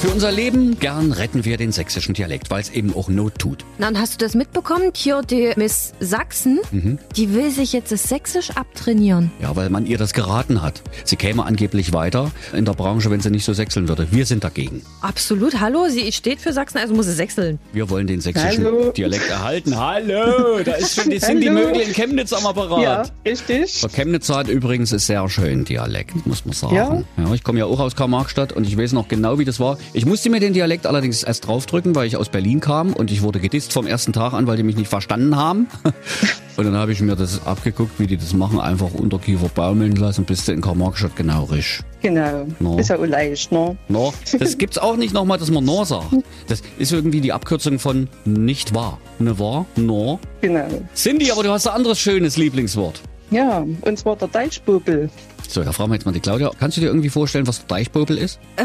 Für unser Leben gern retten wir den sächsischen Dialekt, weil es eben auch Not tut. Na, und hast du das mitbekommen? Hier, die Miss Sachsen, die will sich jetzt das Sächsisch abtrainieren. Ja, weil man ihr das geraten hat. Sie käme angeblich weiter in der Branche, wenn sie nicht so sächseln würde. Wir sind dagegen. Absolut, hallo, sie steht für Sachsen, also muss sie sächseln. Wir wollen den sächsischen Hallo. Dialekt erhalten. Hallo, da ist schon die Cindy Hallo. Mögel in Chemnitz am Apparat. Ja, richtig. Der Chemnitzer hat übrigens einen sehr schönen Dialekt, muss man sagen. Ja? ich komme ja auch aus Karl-Marx-Stadt und ich weiß noch genau, wie das war. Ich musste mir den Dialekt allerdings erst draufdrücken, weil ich aus Berlin kam und ich wurde gedisst vom ersten Tag an, weil die mich nicht verstanden haben. Und dann habe ich mir das abgeguckt, wie die das machen, einfach Unterkiefer baumeln lassen, bist du in Karl-Marx-Stadt genau richtig. Genau. No. Ist ja auch leicht, ne? No. Das gibt's auch nicht nochmal, dass man no sagt. Das ist irgendwie die Abkürzung von nicht wahr. Ne wahr? No. Genau. Cindy, aber du hast ein anderes schönes Lieblingswort. Ja, und zwar der Deichbubel. So, da fragen wir jetzt mal die Claudia. Kannst du dir irgendwie vorstellen, was der Deichpopel ist? Äh,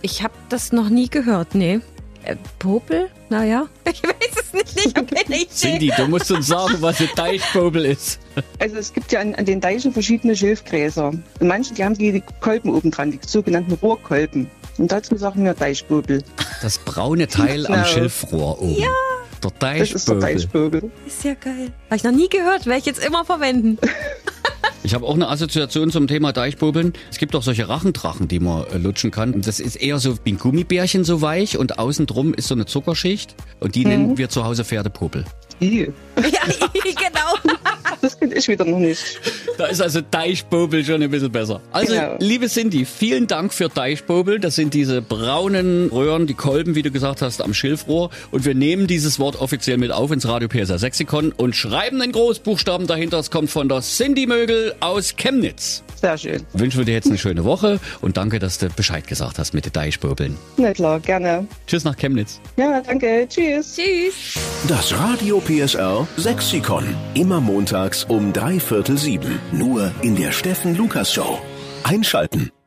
ich habe das noch nie gehört, nee. Äh, Popel? Naja, ich weiß es nicht, ich habe keine Idee. Cindy, du musst uns sagen, was ein Deichpopel ist. Also es gibt ja an, an den Deichen verschiedene Schilfgräser. Und manche, die haben die die Kolben oben dran, die sogenannten Rohrkolben. Und dazu sagen wir Deichbubel. Das braune Teil am Genau. Schilfrohr oben. Ja. Der Das ist der Deichpopel. Deichbubel. Ist ja geil. Habe ich noch nie gehört, werde ich jetzt immer verwenden. Ich habe auch eine Assoziation zum Thema Deichpopeln. Es gibt auch solche Rachendrachen, die man äh, lutschen kann. Und Das ist eher so wie ein Gummibärchen so weich und außen drum ist so eine Zuckerschicht. Und Mhm. die nennen wir zu Hause Pferdepopel. Ih, ja, genau. Das kenne ich wieder noch nicht. Da ist also Deichbobel schon ein bisschen besser. Also, Genau. liebe Cindy, vielen Dank für Deichbobel. Das sind diese braunen Röhren, die Kolben, wie du gesagt hast, am Schilfrohr. Und wir nehmen dieses Wort offiziell mit auf ins Radio PSR Sexikon und schreiben den Großbuchstaben dahinter. Es kommt von der Cindy Mögel aus Chemnitz. Sehr schön. Wünschen wir dir jetzt eine schöne Woche und danke, dass du Bescheid gesagt hast mit den Deichbobeln. Na klar, gerne. Tschüss nach Chemnitz. Ja, danke. Tschüss. Tschüss. Das Radio PSR Sexikon. Immer montags um drei Viertel sieben. Nur in der Steffen Lukas Show. Einschalten.